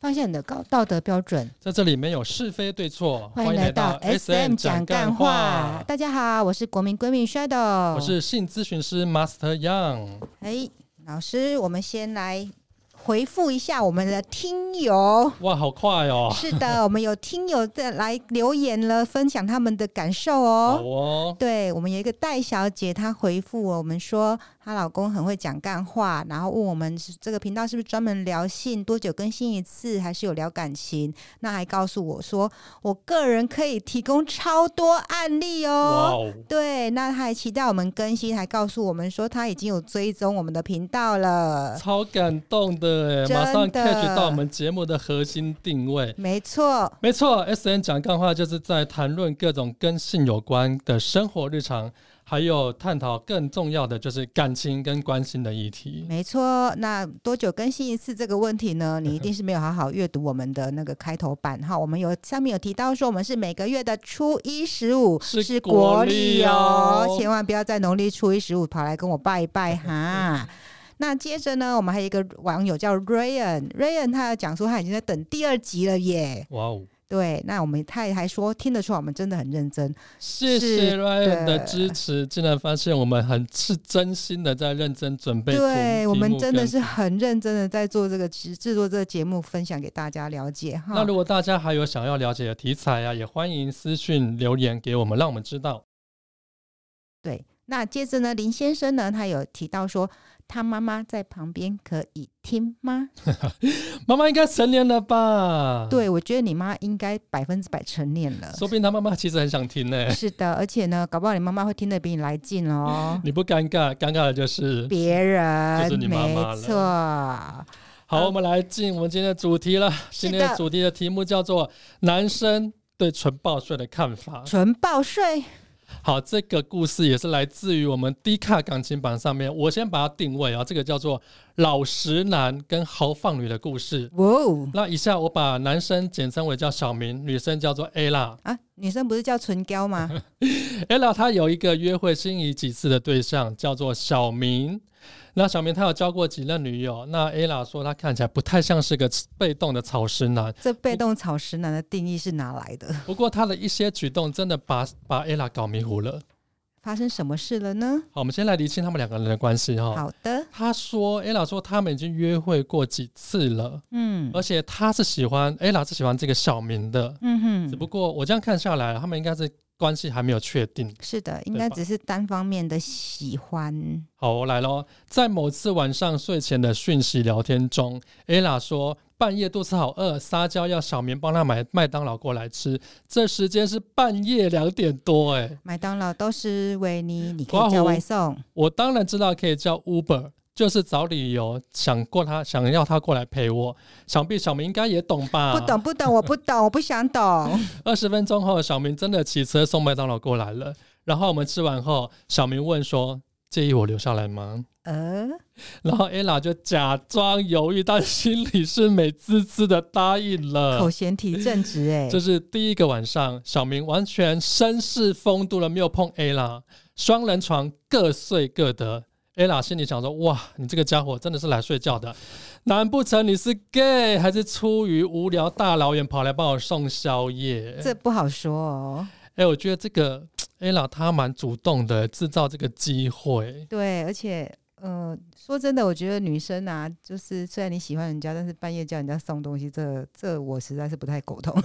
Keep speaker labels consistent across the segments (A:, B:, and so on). A: 放下你的高道德标准。
B: 在这里没有是非对错，
A: 欢迎来到 S M 讲干话。
B: 话。
A: 大家好，我是国民闺蜜 Shadow，
B: 我是性咨询师 Master Yang。
A: 哎，老师，我们先来回复一下我们的听 友。
B: 哇，好快哦！
A: 是的，我们有听友在来留言了，分享他们的感受
B: 好
A: 哦。
B: 哦，
A: 对我们有一个戴小姐，她回复我们说，她老公很会讲干话，然后问我们是这个频道是不是专门聊性，多久更新一次，还是有聊感情？那还告诉我说，我个人可以提供超多案例
B: 哇
A: 哦。
B: 哦，
A: 对，那他还期待我们更新，还告诉我们说他已经有追踪我们的频道了。
B: 超感动的
A: 真
B: 哎，
A: 的
B: 马上 catch 到我们节目的核心定位。
A: 没错，
B: 没错，S N 讲干话就是在谈论各种跟性有关的生活日常，还有探讨更重要的就是感情跟关心的议题。
A: 没错。那多久更新一次这个问题呢？你一定是没有好好阅读我们的那个开头版哈。我们有上面有提到说，我们是每个月的初一十五
B: 是
A: 国
B: 国历
A: 哦
B: 哦，
A: 千万不要在农历初一十五跑来跟我拜一拜哈。那接着呢，我们还有一个网友叫 Ryan，Ryan 他讲说他已经在等第二集了耶。
B: 哇哦，
A: 对，那我们他也还说听得出来我们真的很认真，
B: 谢
A: 是
B: 谢 Ryan
A: 的
B: 的支持，竟然发现我们很是真心的在认真准备图
A: 对我
B: 题
A: 们
B: 目
A: 真的
B: 跟
A: 是很认真的在做这个制制作这个节目，分享给大家了解
B: 那
A: 哈。
B: 如果大家还有想要了解的题材啊，也欢迎私讯留言给我们，让我们知道。
A: 对，那接着呢，林先生呢，他有提到说，他妈妈在旁边可以听吗？
B: 妈妈应该成年了吧？，
A: 对，我觉得你妈应该百分之百成年了。
B: 嗯说不定他妈妈其实很想听呢、。
A: 是的，而且呢，搞不好你妈妈会听得比你来劲哦
B: 你不尴尬，尴尬的就是
A: 别人
B: 嗯就是你妈妈啊
A: 没错，
B: 好。我们来进我们今天的主题了。
A: 是的
B: 今天的主题的题目叫做“男生对纯报税的看法”。
A: 纯报税
B: 好，这个故事也是来自于我们低卡感情榜上面，我先把它定位啊，这个叫做老实男跟豪放女的故事。
A: 哇哦
B: 那以下我把男生简称为叫小明，女生叫做 A 啦。
A: 啊！女生不是叫唇膏 吗？
B: ella 她有一个约会心仪几次的对象叫做小明，那小明他有交过几任女友，那 ella 说他看起来不太像是个被动的草食男，
A: 这被动草食男的定义是哪来的？
B: 不过他的一些举动真的把把 ella 搞迷糊了。
A: 发生什么事了呢？
B: 好，我们先来厘清他们两个人的关系哈、
A: 好的，
B: 他说，ella 说他们已经约会过几次了，
A: 嗯
B: 而且他是喜欢 ella 是喜欢这个小明的，
A: 嗯
B: 只
A: 哼，
B: 不过我这样看下来，他们应该是关系还没有确定。
A: 是的，应该
B: 吧
A: 只是单方面的喜欢。
B: 好，我来喽。在某次晚上睡前的讯息聊天中，ella 说半夜肚子好饿，撒娇要小明帮她买麦当劳过来吃。这时间是半夜两点多、欸，哎，
A: 麦当劳都是维尼，你可
B: 刮
A: 以
B: 胡
A: 叫外送。
B: 我当然知道可以叫 Uber，就是找理由想过他想要他过来陪我。想必小明应该也懂吧？
A: 不懂不懂，我不懂，我不想懂。
B: 二十分钟后，小明真的骑车送麦当劳过来了。然后我们吃完后，小明问说：“介意我留下来吗？”
A: 呃，
B: 然后 ella 就假装犹豫，但心里是美滋滋的答应
A: 呃口
B: 了。
A: 嫌体正直哎、
B: 这是第一个晚上，小明完全绅士风度了，没有碰 ella，双人床各睡各的。ella 心里想说：哇，你这个家伙真的是来睡觉的，难不成你是 gay，还是出于无聊大老远跑来帮我送宵夜？
A: 这不好说哦。
B: 哎，我觉得这个 ella 她蛮主动的，制造这个机会。
A: 对，而且呃，说真的，我觉得女生啊，就是虽然你喜欢人家，但是半夜叫人家送东西，这这我实在是不太苟同。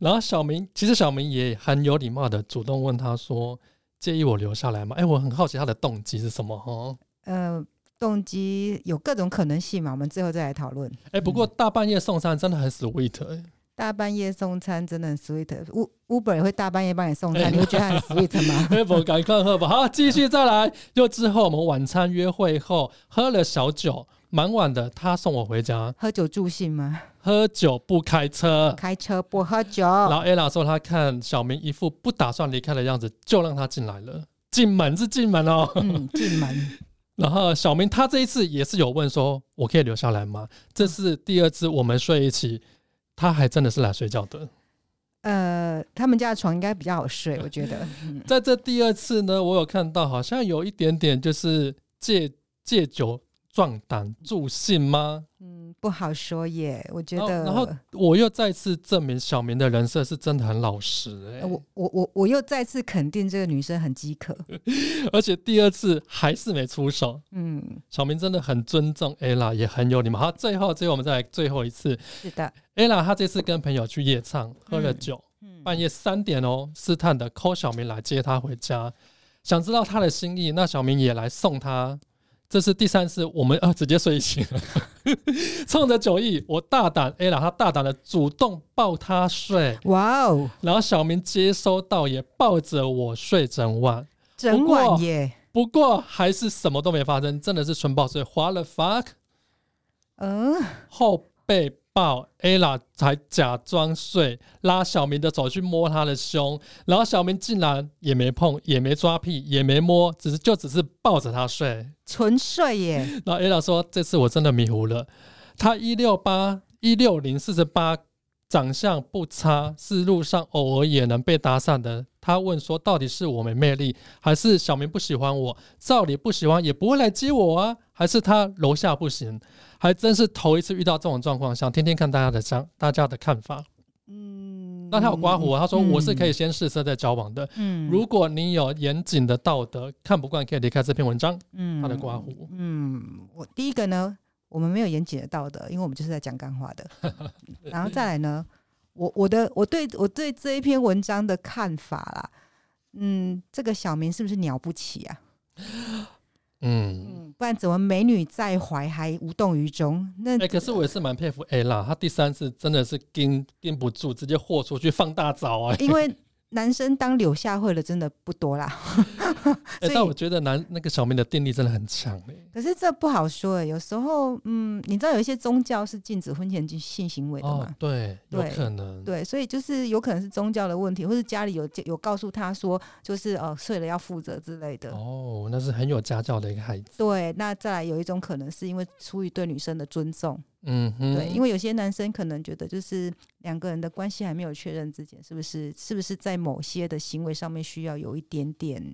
B: 然后小明，其实小明也很有礼貌的主动问他说：“介意我留下来吗？”哎，我很好奇他的动机是什么哦。
A: 呃，动机有各种可能性嘛，我们最后再来讨论。
B: 哎，不过大半夜送餐真的很 sweet 哎、
A: 大半夜送餐真的很 sweet，乌 Uber 也会大半夜帮你送餐，
B: 哎
A: 你会觉得很 sweet 吗？
B: 哎，我赶快喝吧。好，继续再来。又之后我们晚餐约会后喝了小酒，蛮晚的，他送我回家，
A: 喝酒助兴吗？
B: 喝酒不开车。
A: 开车不喝酒，
B: 然后 ella 说，她看小明一副不打算离开的样子，就让他进来了。进门是进门哦。
A: 嗯，进门。
B: 然后小明他这一次也是有问说，我可以留下来吗？这是第二次我们睡一起，他还真的是来睡觉的。
A: 呃，他们家的床应该比较好睡，我觉得。嗯
B: 在这第二次呢，我有看到好像有一点点就是借借酒壮胆助兴吗？
A: 嗯，嗯，不好说耶。我觉
B: 然后
A: 得，
B: 哦然后我又再次证明小明的人设是真的很老实、欸，
A: 呃我我我我又再次肯定这个女生很饥渴。
B: 而且第二次还是没出手。
A: 嗯，
B: 小明真的很尊重 Ella，也很有礼貌。好，最后最后我们再来最后一次
A: 是的，
B: ，Ella 她这次跟朋友去夜唱，喝了酒，
A: 嗯，
B: 半夜三点哦，试探的 call 小明来接她回家，想知道她的心意，那小明也来送她。这是第三次，我们啊直接睡一起了， 冲着酒意，我大胆 Ella 她大胆的主动抱她睡，
A: 哇哦，
B: 然后小明接收到也抱着我睡整晚。
A: 整
B: 过
A: 晚耶。
B: 不过还是什么都没发生，真的是纯爆睡。花了 fuck
A: 嗯，
B: 后被抱，ella 才假装睡，拉小明的手去摸他的胸，然后小明竟然也没碰，也没抓屁，也没摸，只是就只是抱着他睡。
A: 纯睡 耶。
B: 然后 ella 说：“这次我真的迷糊了，他一六八一六零四十八。”长相不差，是路上偶尔也能被搭讪的。他问说：“到底是我没魅力，还是小明不喜欢我？照理不喜欢也不会来接我啊？还是他楼下不行？还真是头一次遇到这种状况，想听听看大家的想大家的看法。
A: 嗯，
B: 那他有刮胡啊，他说
A: 嗯
B: 我是可以，先试色再交往的。
A: 嗯，
B: 如果你有严谨的道德，看不惯可以离开这篇文章。
A: 嗯
B: 他的刮胡，
A: 嗯，我第一个呢，我们没有严谨的道德，因为我们就是在讲干话 的。然后再来呢，我我的我对我对这一篇文章的看法啦，嗯，这个小明是不是鸟不起啊？
B: 嗯，
A: 嗯，不然怎么美女在怀还无动于衷？那
B: 哎、可是我也是蛮佩服 A 啦，他第三次真的是盯盯不住，直接豁出去放大招 哎、
A: 因为男生当柳下惠的真的不多啦，
B: 哎
A: 所以
B: 但我觉得男那个小明的定力真的很强哎、
A: 可是这不好说、欸。有时候，嗯，你知道有一些宗教是禁止婚前性行为的嘛？
B: 哦，对，有
A: 对
B: 可能，
A: 对，所以就是有可能是宗教的问题，或是家里有有告诉他说，就是呃睡了要负责之类的。
B: 哦，那是很有家教的一个孩子。
A: 对，那再来有一种可能是因为出于对女生的尊重，
B: 嗯哼，
A: 对，因为有些男生可能觉得就是两个人的关系还没有确认之前，是不是是不是在某些的行为上面需要有一点点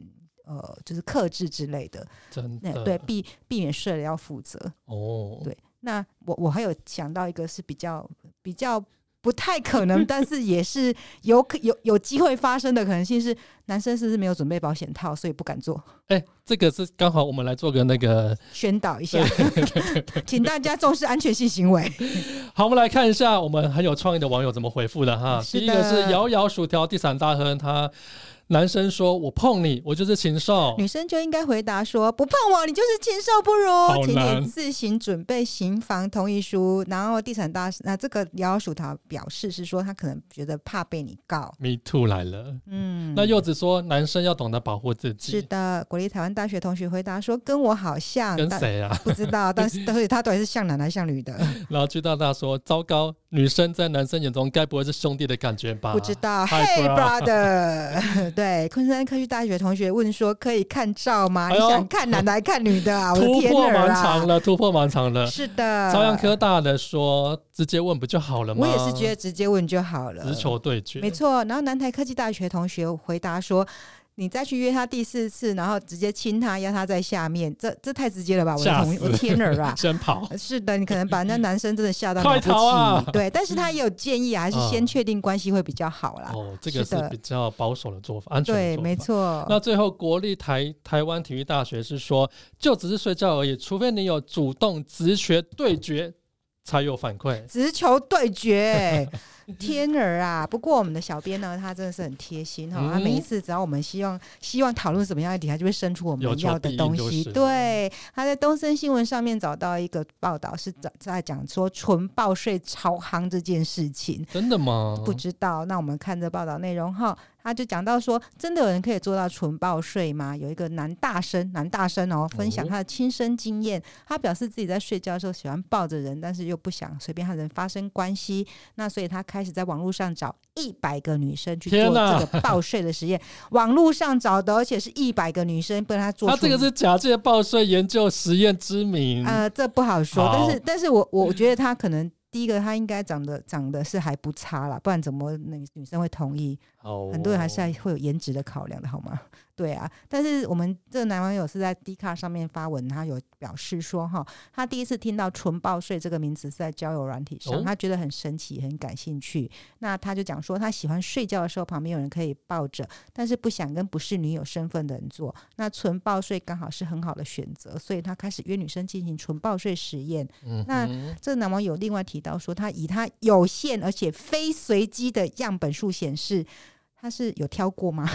A: 呃就是克制之类的，
B: 真
A: 那
B: 的
A: 对避避免睡了要负责。
B: 呃哦，
A: 对那我我还有想到一个是比较比较不太可能，但是也是有可有有机会发生的可能性是，男生是不是没有准备保险套，所以不敢做？
B: 哎、这个是刚好我们来做个那个，
A: 宣导一下， 请大家重视安全性行为。
B: 好，我们来看一下我们很有创意的网友怎么回复的哈。
A: 是
B: 第
A: 的
B: 一个是摇摇薯条地产大亨，他男生说：“我碰你，我就是禽兽。
A: 女生就应该回答说：“不碰我，你就是禽兽不
B: 好
A: 如，请
B: 难
A: 你自行准备刑房同意书。”然后地产大那这个摇摇薯条表示是说他可能觉得怕被你告，
B: ”Me too 来了。
A: 嗯，
B: 那柚子说：“男生要懂得保护自
A: 是
B: 己。
A: 的，国立台湾大学同学回答说：“跟我好”像，
B: 跟
A: 但
B: 谁啊？
A: 不知道，但是但是他到底是像男还是像女的，
B: 然后巨大大说：“糟糕，女生在男生眼中该不会是兄弟的感觉吧？”
A: 不知道。
B: Hi,
A: Hey
B: bro
A: brother，对， 昆山科技大学同学问说可以看照吗？
B: 哎
A: 你
B: 呦
A: 想看男的还看女的啊？我的
B: 突
A: 天
B: 破
A: 儿
B: 盲肠
A: 啊！
B: 了，突破盲肠了。
A: 是的，
B: 朝阳科大的说：“直接问不就好了吗？”
A: 我也是觉得直接问就好了，
B: 直球对决，
A: 没错。然后南台科技大学同学回答说。你再去约他第四次，然后直接亲他，要他在下面，这这太直接了吧？我的
B: 吓
A: 同
B: 死
A: 我的天儿 啊！
B: 先跑。
A: 是的，你可能把那男生真的吓到
B: 快
A: 了不起
B: 逃啊
A: 对，但是他也有建议啊，还是
B: 嗯
A: 先确定关系会比较好啦。
B: 哦，这个
A: 是
B: 是
A: 的
B: 比较保守的做法，安全的
A: 对，
B: 做法
A: 没。错。
B: 那最后，国立台台湾体育大学是说，就只是睡觉而已，除非你有主动直觉对决，才有反馈。
A: 直球对 决、哎天儿啊！不过我们的小编呢，他真的是很贴心哈、
B: 嗯
A: 他每一次只要我们希望希望讨论什么样的题，他就会生出我
B: 有
A: 们
B: 求
A: 要的
B: 必应
A: 东
B: 就
A: 西。
B: 是
A: 对，他在东森新闻上面找到一个报道，是在在讲说纯报税超夯这件事情。
B: 真的吗？
A: 不知道。那我们看这报道内容哈，他就讲到说，真的有人可以做到纯报税吗？有一个男大生，男大生哦，分享
B: 哦
A: 他的亲身经验，他表示自己在睡觉的时候喜欢抱着人，但是又不想随便和人发生关系，那所以他开始在网络上找一百个女生去做
B: 天哪
A: 这个报税的实 验，网络上找的，而且是一百个女生被他做
B: 他
A: 出。
B: 这个是假借报税研究实验之名。
A: 呃，这不好说，
B: 好嗯
A: 但是但是我我觉得他可能。第一个，他应该长得长得是还不差啦，不然怎么女女生会同意？
B: 哦
A: 很多人还是还会有颜值的考量的，好吗？ 对啊，但是我们这个男网友是在 d 卡上面发文，他有表示说哈，他第一次听到“纯报税”这个名词是在交友软体上，
B: 哦
A: 他觉得很神奇，很感兴趣。那他就讲说，他喜欢睡觉的时候旁边有人可以抱着，但是不想跟不是女友身份的人做。那纯报税刚好是很好的选择，所以他开始约女生进行纯报税实验。
B: 嗯
A: 那
B: 哼
A: 这个男网友另外提到说，他以他有限而且非随机的样本数显示，他是有挑过吗？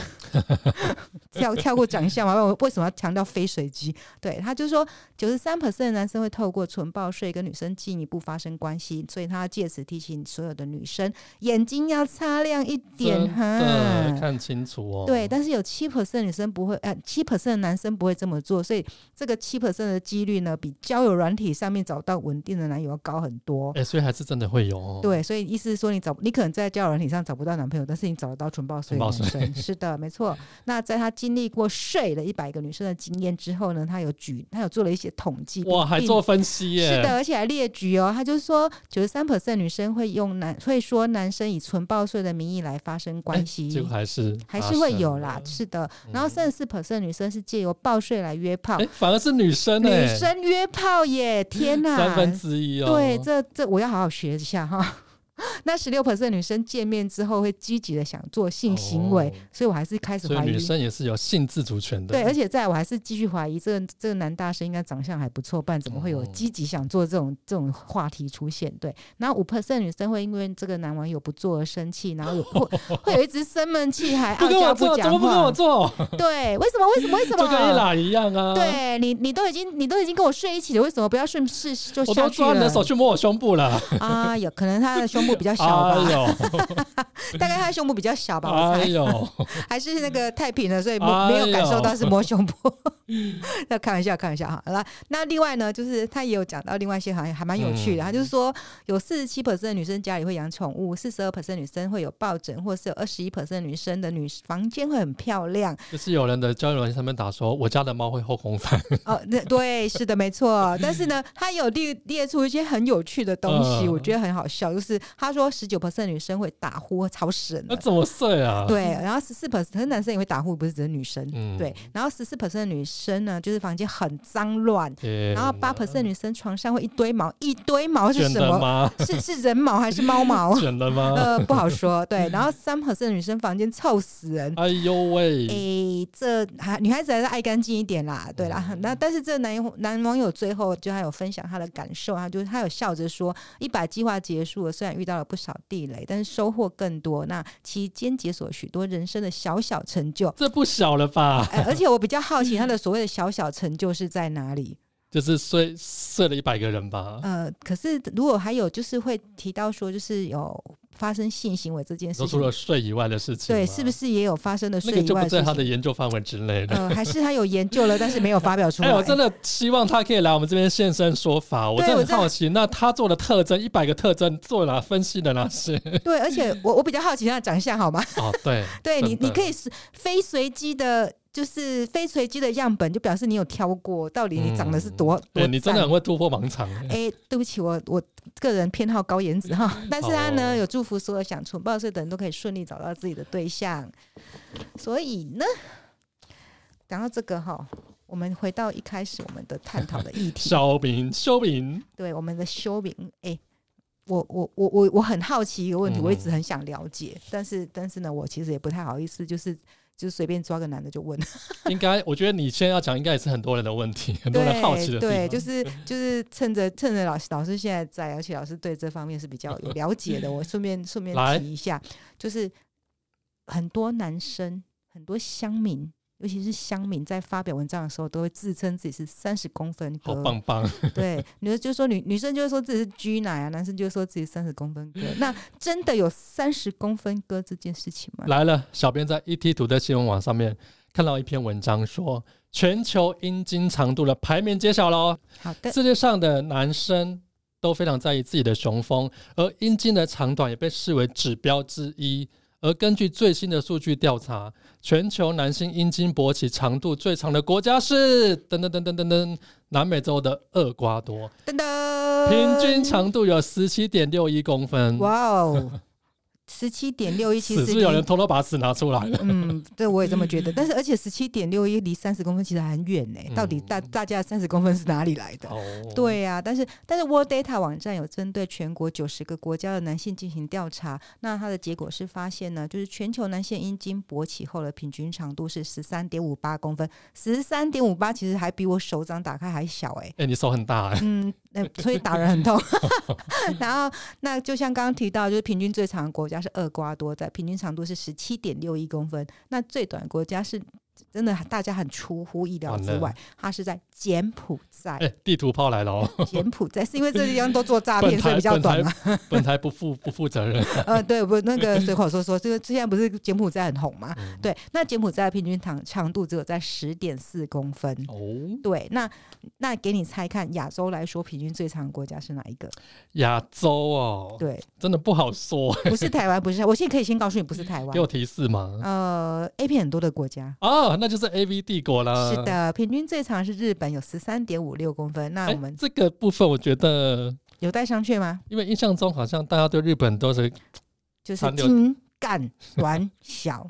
A: 跳跳过长相吗？我为什么要强调非随机？对，他就说九十三 percent 的男生会透过纯报税跟女生进一步发生关系，所以他借此提醒所有的女生，眼睛要擦亮一点
B: 真的
A: 哈。
B: 看清楚哦。
A: 对，但是有七 percent 女生不会，呃，七 percent 的男生不会这么做，所以这个七 percent 的几率呢，比交友软体上面找到稳定的男友要高很多。
B: 哎、所以还是真的会有哦。
A: 对，所以意思是说，你找你可能在交友软体上找不到男朋友，但是你找得到纯报税的
B: 纯报
A: 男 生。是的，没错。那在他经历过睡了一百个女生的经验之后呢，他有举，他有做了一些统计，
B: 哇，还做。分析耶。
A: 是的，，而且还列举哦。他就说，九十三 percent 女生会用男会说男生以纯报税的名义来发生关系，
B: 结果还是
A: 还是会有啦
B: 发。生了嗯
A: 是的，然后三十四 percent 女生是借由报税来约炮，
B: 哎、反而是女生呢、
A: 女生约炮耶！天哪，
B: 三分之一哦。
A: 对，这这我要好好学一下哈。 那十六 percent 女生见面之后会积极的想做性行为，
B: 哦
A: 所以我还是开始
B: 所以
A: 怀
B: 女
A: 疑。
B: 生也是有性自主权的。
A: 对，而且在我还是继续怀疑这个这个男大生应该长相还不错，不然怎么会有
B: 哦
A: 积极想做这种这种话题出现？对，然后五 percent 女生会因为这个男网友不做而生气，然后有 会会有一直生闷气，还
B: 不
A: 傲
B: 跟我
A: 娇
B: 做，怎
A: 讲
B: 么不跟我
A: 话。
B: 做？
A: 对，为什么？为什么？为什
B: 就
A: 么？
B: 跟伊朗一样啊。，
A: 对你，你都已经你都已经跟我睡一起了，为什么不要顺势就
B: 我
A: 下
B: 都
A: 去
B: 抓你
A: 了
B: 的？手去摸我胸部了。
A: 啊，有可能他的胸部比较小吧。
B: 哎呦，
A: 大概他的胸部比较小吧，我
B: 哎
A: 猜，
B: 呦，
A: 还是那个太平了，所以没
B: 哎
A: 没
B: 呦
A: 有感受到是摸胸部。 那开玩笑，开玩笑哈。好了，那另外呢，就是他也有讲到另外一些行业还蛮有趣的，
B: 嗯
A: 他就是说有四十七 percent 的女生家里会养宠物，四十二 percent 女生会有抱枕，或是有二十一 percent 女生的女房间会很漂亮。
B: 就是有人的交友软件上面打说，我家的猫会后空翻。
A: 哦，那对，是的，没 错。但是呢，他有列列出一些很有趣的东西，
B: 嗯
A: 我觉得很好笑，就是他说十九 percent 女生会打呼吵死人
B: 那
A: 了。
B: 怎么睡啊？，
A: 对，然后十四 percent 男生也会打呼，不是只是女生。
B: 嗯
A: 对，，然后十四 percent 女生呢，就是房间很脏乱，
B: 天
A: 然后八 percent 女生床上会一堆毛，一堆毛 是
B: 卷
A: 什
B: 的
A: 么？
B: 吗？？
A: 是是人毛还是猫毛
B: 卷的嗯吗？
A: 呃，不好说。对，然后三 percent 女生房间臭死人。
B: 哎呦喂，
A: 诶，这还女孩子还是爱干净一点啦，
B: 嗯
A: 对啦。那但是这男男网友最后就他有分享他的感受，他就是他有笑着说，一百计划结束了，虽然遇到了不少地雷，但是收获更多。那期间解锁许多人生的小小成就，
B: 这不小了吧？
A: 哎，而且我比较好奇他的所谓的小小成就是在哪 里？
B: 就是睡睡了一百个人吧。
A: 呃，可是如果还有就是会提到说，就是有发生性行为这件事
B: 说除
A: 情，
B: 了睡以外的事情吗，
A: 对，是不是也有发生的
B: 那
A: 睡
B: 个
A: 以
B: 就
A: 外
B: 不
A: 的
B: 在
A: 事
B: 他的
A: 情？
B: 研究范围之内了。
A: 呃，还是他有研究了，但是没有发表出
B: 哎、
A: 来。
B: 我真的希望他可以来我们这边现身说法。我
A: 对
B: 真的
A: 我
B: 很
A: 真的
B: 好奇，那他做的特征一百个特征做了哪分析了哪 些？
A: 对，而且我我比较好奇他的长相，好吗？
B: 哦，对，
A: 对你，
B: 嗯真的
A: 你可以是非随机的，就是非随机的样本，就表示你有挑过，到底你长得是多、
B: 嗯对
A: 多
B: 你真的
A: 赞
B: 很会突破盲场。
A: 哎、对不起，我我个人偏好高颜值哈， 但是他呢
B: 哦
A: 有祝福所有想纯报税的人都可以顺利找到自己的对象，所以呢，讲到这个哈，我们回到一开始我们的探讨的议题，
B: 小明，修明，
A: 对我们的修明，哎、我我我我我很好奇一个问题，
B: 嗯
A: 我一直很想了解，但是但是呢，我其实也不太好意思，就是就是随便抓个男的就问，
B: 应该我觉得你现在要讲，应该也是很多人的问题，很多人好奇的
A: 对
B: 地
A: 对，
B: 方。
A: 就是就是趁着趁着老师老师现在在，而且老师对这方面是比较有了解的，我顺便顺便
B: 来
A: 提一下，就是很多男生很多乡民。尤其是乡民在发表文章的时候，都会自称自己是三十公分
B: 好
A: 哥。
B: 棒棒，
A: 对，女就说女女生就会说自己是 G 奶啊，男生就会说自己三十公分哥。那真的有三十公分哥这件事情吗？
B: 来了，小编在 ET 土的新闻网上面看到一篇文章说，全球阴茎长度的排名揭晓喽。
A: 好的，
B: 世界上的男生都非常在意自己的雄风，而阴茎的长短也被视为指标之一。而根据最新的数据调查，全球男性阴茎勃起长度最长的国家是噔噔噔噔噔噔，南美洲的厄瓜多，
A: 噔噔，
B: 平均长度有十七点六一公分。
A: 哇哦，十七点六一其
B: 只
A: 实
B: 是有
A: 离
B: 人偷偷把尺拿出来了。
A: 嗯，对，我也这么觉得。但是，而且十七点六一离三十公分其实还很远呢、到底大大家三十公分是哪里来的？
B: 哦，
A: 对呀、但是但是 World Data 网站有针对全国九十个国家的男性进行调查，那它的结果是发现呢，就是全球男性阴茎勃起后的平均长度是十三点五八公分，十三点五八其实还比我手掌打开还小哎、
B: 哎、你手很大哎、
A: 嗯，那所以打人很 痛。 然后，那就像刚刚提到，就是平均最长的国家是厄瓜多，在平均长度是十七点六一公分。那最短的国家是真的大家很出乎意料之
B: 完
A: 外，它是在柬埔 寨
B: 哎、。地图炮来 了哦！
A: 柬埔寨是因为这地方都做诈
B: 本
A: 骗，所以
B: 台
A: 比较
B: 本
A: 短嘛。
B: 台本台不负不负责任。
A: 呃，对，不，那个随口说说，这个现在不是柬埔寨很红嘛？
B: 嗯
A: 对，那柬埔寨的平均长长度只有在十点四公分。
B: 哦，
A: 对，那那给你猜看，亚洲来说平均最长的国家是哪一个？
B: 亚洲哦，
A: 对，
B: 真的不好说，
A: 不是台湾，不是台，我现在可以先告诉你，不是台湾
B: 给。我提示嘛。
A: 呃，A 片很多的国家，
B: 啊，那就是 A V 帝国啦。
A: 是的，平均最长是日本，有十三点五六公分。那
B: 哎，
A: 我们
B: 这个部分我觉得，
A: 有待商榷吗？
B: 因为印象中好像大家对日本都是，
A: 就是
B: 残留
A: 精干短小，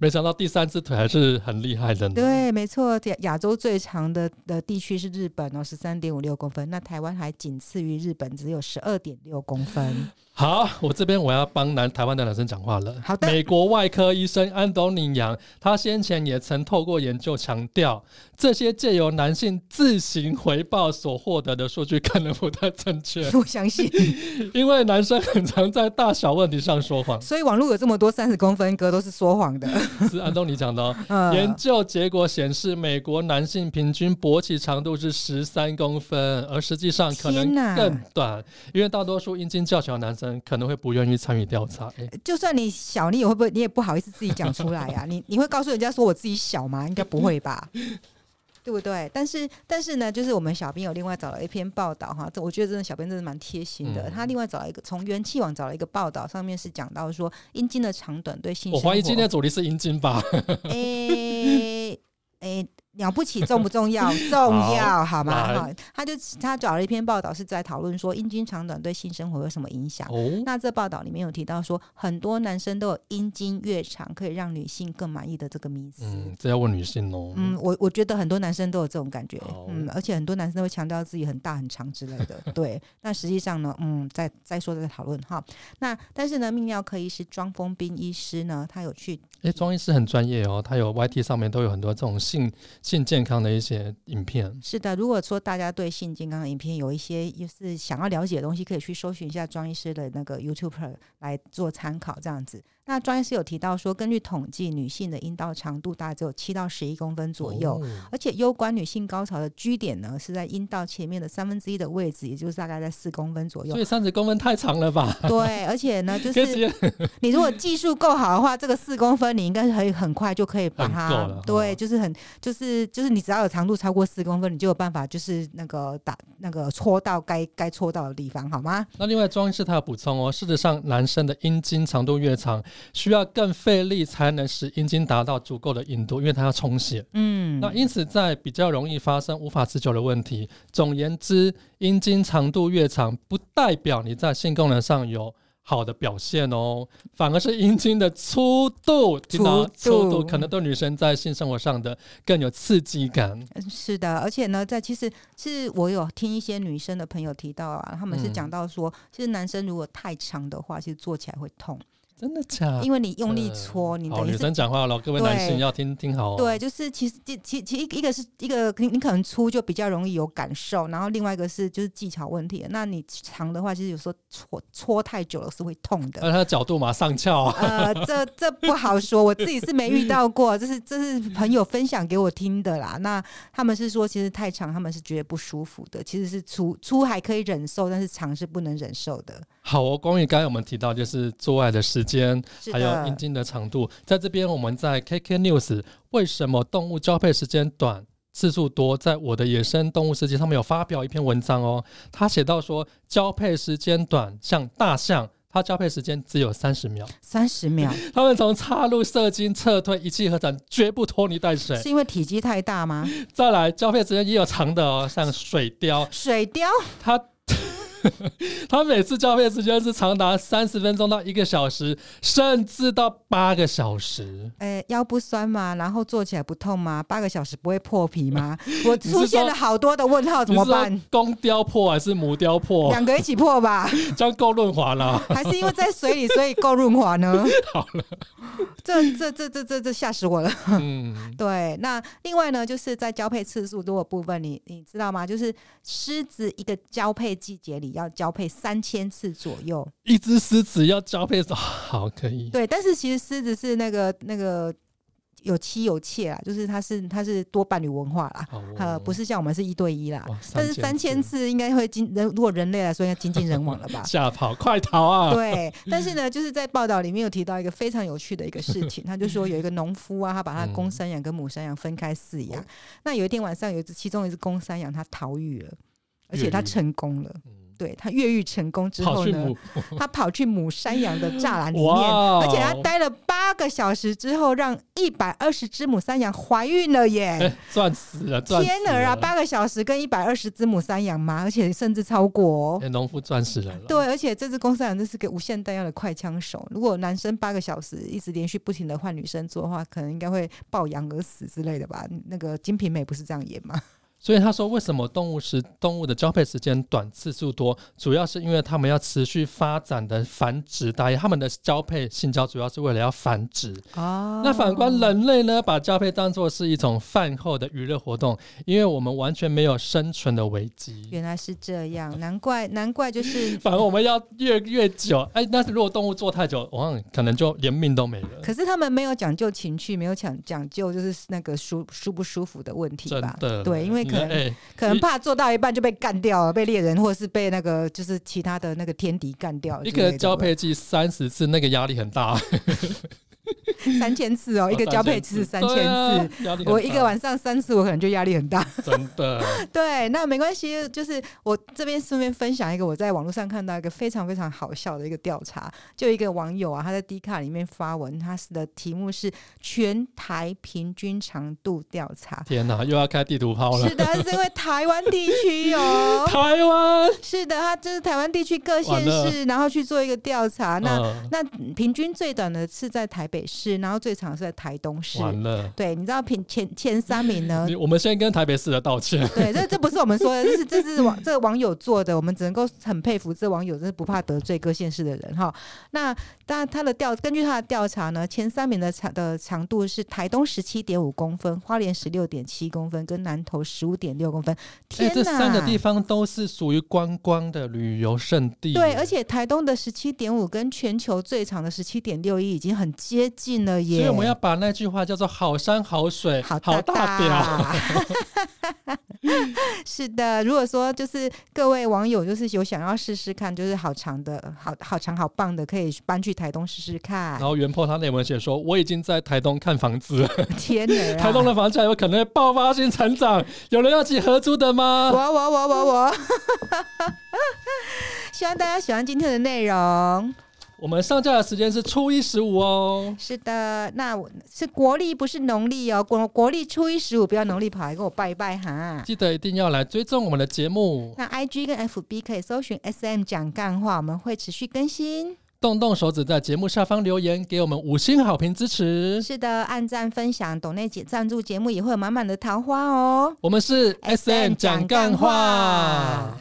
B: 没想到第三只腿还是很厉害的呢。
A: 对，没错，亚亚洲最长的的地区是日本哦，十三点五六公分。那台湾还仅次于日本，只有十二点六公 分。
B: 好，我这边我要帮男台湾的男生讲话了。
A: 好的，
B: 美国外科医生安东尼杨，他先前也曾透过研究强调，这些借由男性自行回报所获得的数据可能不太正确
A: 我相信，
B: 因为男生很常在大小问题上说 谎。
A: 所以网络有这么多三十公分哥都是说谎的。
B: 是安东尼讲的、哦。研
A: 嗯，
B: 究结果显示，美国男性平均勃起长度是十三公分，而实际上可能
A: 天哪
B: 更短，因为大多数阴茎较小的男生可能会不愿意参与调查。诶
A: 就算你小，你也会不会你也不好意思自己讲出来呀、 你你会告诉人家说我自己小吗？应该不会 吧。对不对？但是但是呢，就是我们小编有另外找了一篇报道哈，这我觉得真的小编真的蛮贴心的。
B: 嗯
A: 他另外找了一个从元气网找了一个报道，上面是讲到说阴茎的长短对性
B: 我
A: 生活。
B: 怀疑今天的主题是阴茎吧？
A: 诶诶，了不起重不重 要？重要，好吗？
B: 来
A: 好，他就他找了一篇报道，是在讨论说阴茎长短对性生活有什么影响。
B: 哦，
A: 那这报道里面有提到说，很多男生都有阴茎越长可以让女性更满意的这个迷思。
B: 嗯，这要问女性哦。
A: 嗯，我我觉得很多男生都有这种感觉
B: 好，
A: 嗯，而且很多男生都会强调自己很大很长之类 的，对。那实际上呢，嗯，再再说再讨论哈。那但是呢，泌尿科医师庄丰斌医师呢，他有去
B: 诶，庄医师很专业哦，他有 YT 上面都有很多这种性性健康的一些影片。
A: 是的，如果说大家对性健康的影片有一些就是想要了解的东西，可以去搜寻一下庄医师的那个 YouTube 来做参考，这样子。那庄医师有提到说，根据统计，女性的阴道长度大概只有七到十一公分左右。
B: 哦
A: 而且攸关女性高潮的居点呢，是在阴道前面的三分之一的位置，也就是大概在四公分左右
B: 所。以三十公分太长了吧？
A: 对，而且 呢，就
B: 可以直
A: 呃是
B: 接
A: 你如果技术够好的话，这个四公分你应该可以很快就可以把
B: 很
A: 它，
B: 够了
A: 对，
B: 哦
A: 就是很就是就是你只要有长度超过四公分，你就有办法就是那个打那个戳到该该戳到的地方，好吗？
B: 那另外，庄医师他有补充哦，事实上，男生的阴茎长度越长，需要更费力才能使阴茎达到足够的硬度，因为它要充血。
A: 嗯，
B: 那因此，在比较容易发生无法持久的问题。总言之，阴茎长度越长，不代表你在性功能上有好的表现哦，反而是阴茎的粗度，听到
A: 粗度
B: 粗度可能对女生在性生活上的更有刺激感。
A: 是的，而且呢，在其实是我有听一些女生的朋友提到啊，他们是
B: 嗯
A: 讲到说，其实男生如果太长的话，其实做起来会痛，
B: 真的假的？
A: 因为你用力
B: 呃
A: 戳，你
B: 好，
A: 等于
B: 女
A: 是
B: 生讲话了，各位男性
A: 对
B: 要听听好、哦。
A: 对，就是其实其其其一一个是一个你你可能粗就比较容易有感受，然后另外一个是就是技巧问题。那你长的话，其实有时候搓搓太久了是会痛
B: 那
A: 的。
B: 它的角度嘛，上翘 啊。
A: 呃，这这不好说，我自己是没遇到过，这是这是朋友分享给我听的啦。那他们是说，其实太长他们是觉得不舒服的，其实是粗粗还可以忍受，但是长是不能忍受的。
B: 好哦，关于刚才我们提到就是做爱的时间，
A: 是
B: 还有阴
A: 的，
B: 茎的长度，在这边我们在 KK News 为什么动物交配时间短？次数多，在我的野生动物世界上面有发表一篇文章哦，他写到说交配时间短，像大象，它交配时间只有三十秒，
A: 三十 秒
B: 它们从插入射精、撤退、一气呵成，绝不拖泥带水
A: 是。因为体积太大吗？
B: 再来，交配时间也有长的哦，像水貂，
A: 水貂
B: 它 他每次交配时间是长达三十分钟到一个小时，甚至到八个小时。
A: 呃，腰不酸吗？然后坐起来不痛吗？八个小时不会破皮 吗？我
B: 你是
A: 出现
B: 说
A: 了好多的问号，怎么
B: 你
A: 办
B: 是？说公雕破还是母雕破？
A: 两个一起破吧，
B: 这样够润滑啦。
A: 还是因为在水里，所以够润滑呢？ 好了， 这这这这这这吓死我了。
B: 嗯，
A: 对，那另外呢，就是在交配次数多的部分，你你知道吗？就是狮子一个交配季节里要交配三千次左右。
B: 一只狮子要交配少， 好可以。
A: 对，但是其实狮子是那个那个有妻有妾啦，就是它是它是多伴侣文化啦，
B: 好哦
A: 呃，不是像我们是一对一啦。
B: 哇，
A: 但是三千
B: 次？
A: 次应该会经人，如果人类来说，应该精尽人亡了吧
B: 吓跑，快逃 啊！
A: 对，但是呢，就是在报道里面有提到一个非常有趣的一个事情，他就说有一个农夫啊，他把他的公
B: 嗯
A: 山羊跟母山羊分开饲养。
B: 哦
A: 那有一天晚上，有一只其中一只公山羊它逃狱了，而且它
B: 越狱
A: 成功了。
B: 嗯
A: 对，它越狱成功之
B: 跑
A: 后
B: 去
A: 呢
B: 母，
A: 它跑去母山羊的栅栏里面，
B: 哇哦
A: 而且它待了八个小时之后，让一百二十只母山羊怀孕了 耶！
B: 哎，赚死了，赚死
A: 天儿啊，
B: 了
A: 八个小时跟一百二十只母山羊嘛，而且甚至超过、哦。
B: 哎农夫赚死人了。
A: 对，而且这只公山啊羊真是个无限弹药的快枪手。如果男生八个小时一直连续不停的换女生做的话，可能应该会爆羊而死之类的吧？那个《金瓶梅》不是这样演吗？
B: 所以他说，为什么动物时动物的交配时间短、次数多，主要是因为它们要持续发展的繁殖大业，它们的交配性交主要是为了要繁殖。
A: 哦
B: 那反观人类呢，把交配当作是一种饭后的娱乐活动，因为我们完全没有生存的危机。
A: 原来是这样，难怪难怪就是。
B: 反而我们要越越久，哎，那如果动物做太久，我想可能就连命都没了。
A: 可是他们没有讲究情趣，没有讲讲究就是那个舒舒不舒服的问题
B: 真
A: 吧？
B: 的，
A: 对，因为
B: 你
A: 可
B: 看
A: 能、
B: 哎，
A: 可能怕做到一半就被干掉了，被猎人或是被那个就是其他的那个天敌干掉了之
B: 一
A: 类的吧。
B: 个交配季三十次，那个压力很大，
A: 三千次哦，一个交配次三千
B: 对啊
A: 次，，
B: 压力很
A: 我一
B: 大
A: 个晚上三次，我可能就压力很大。
B: 真的，
A: 对，那没关系，就是我这边顺便分享一个我在网络上看到一个非常非常好笑的一个调查，就一个网友啊，他在 D 卡里面发文，他的题目是全台平均长度调查。
B: 天哪，又要开地图炮了。
A: 是。的，是因为台湾地区哦
B: 台湾，
A: 是的，他就是台湾地区各县
B: 完了
A: 市，然后去做一个调查。啊那、
B: 嗯
A: 那平均最短的是在台北市，然后最长是呃在台东市。
B: 完了，
A: 对，你知道平前前三名 呢？
B: 你我们先跟台北市的道歉。
A: 对，这这不是我们说的，这是这是网这个网友做的，我们只能够很佩服这网友，真是不怕得罪各县市的人哈。那但他的调根据他的调查呢，前三名的长的长度是台东十七点五公分，花莲十六点七公分，跟南投十五点六公分。
B: 哎
A: 天
B: 这
A: 哪！
B: 三个地方都是属于观光的旅游胜地。
A: 对，而且台东的十七点五跟全球最长的十七点六一已经很接近了耶。
B: 所以我们要把那句话叫做“好山好水，
A: 好
B: 好
A: 大
B: 表
A: 是的，如果说就是各位网友就是有想要试试看，就是好长的、好好长、好棒的，可以搬去台东试试”。看
B: 然。后袁破他内文写说：“我已经在台东看房子了，
A: 天哪、啊！
B: 台东的房价有可能会爆发性成长，有人要起合租的吗
A: 我我我我我， 希望大家喜欢今天的内容。？”
B: 我们上架的时间是初一十五哦。
A: 是的，那我是国历，不是农历哦。国国历初一十五，不要农历跑来跟我拜一拜哈。
B: 记得一定要来追踪我们的节目，
A: 那 I G 跟 F B 可以搜寻 S M 讲干话，我们会持续更新。
B: 动动手指在节目下方留言，给我们五星好评支持。
A: 是的，按赞分享，董内姐赞助节目也会有满满的桃花哦。
B: 我们是 S M 讲干话。